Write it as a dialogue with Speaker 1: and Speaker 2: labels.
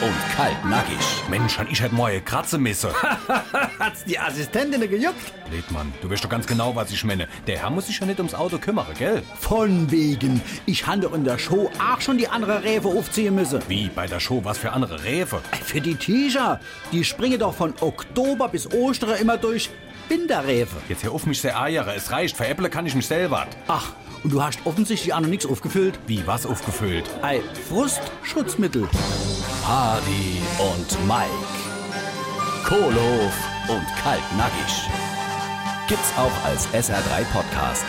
Speaker 1: und Kaltnackig.
Speaker 2: Mensch, ich hätte neue Kratzemesser.
Speaker 3: Hat's die Assistentin gejuckt?
Speaker 2: Blöd, Mann. Du weißt doch ganz genau, was ich meine. Der Herr muss sich ja nicht ums Auto kümmern, gell?
Speaker 3: Von wegen. Ich hatte in der Show auch schon die andere Rewe aufziehen müssen. Äh,
Speaker 2: Wie, bei der Show, was für andere Rewe?
Speaker 3: Für die Tischer. Die springen doch von Oktober bis Ostern immer durch Winterrewe.
Speaker 2: Jetzt hör auf mich sehr eiere. Es reicht. Veräpple kann ich mich selber.
Speaker 3: Ach, und du hast offensichtlich auch noch nichts aufgefüllt?
Speaker 2: Wie, was aufgefüllt?
Speaker 3: Ei, Frustschutzmittel.
Speaker 1: Hardy und Mike, Kohlhof und Kaltnackig. Gibt's auch als SR3 Podcast.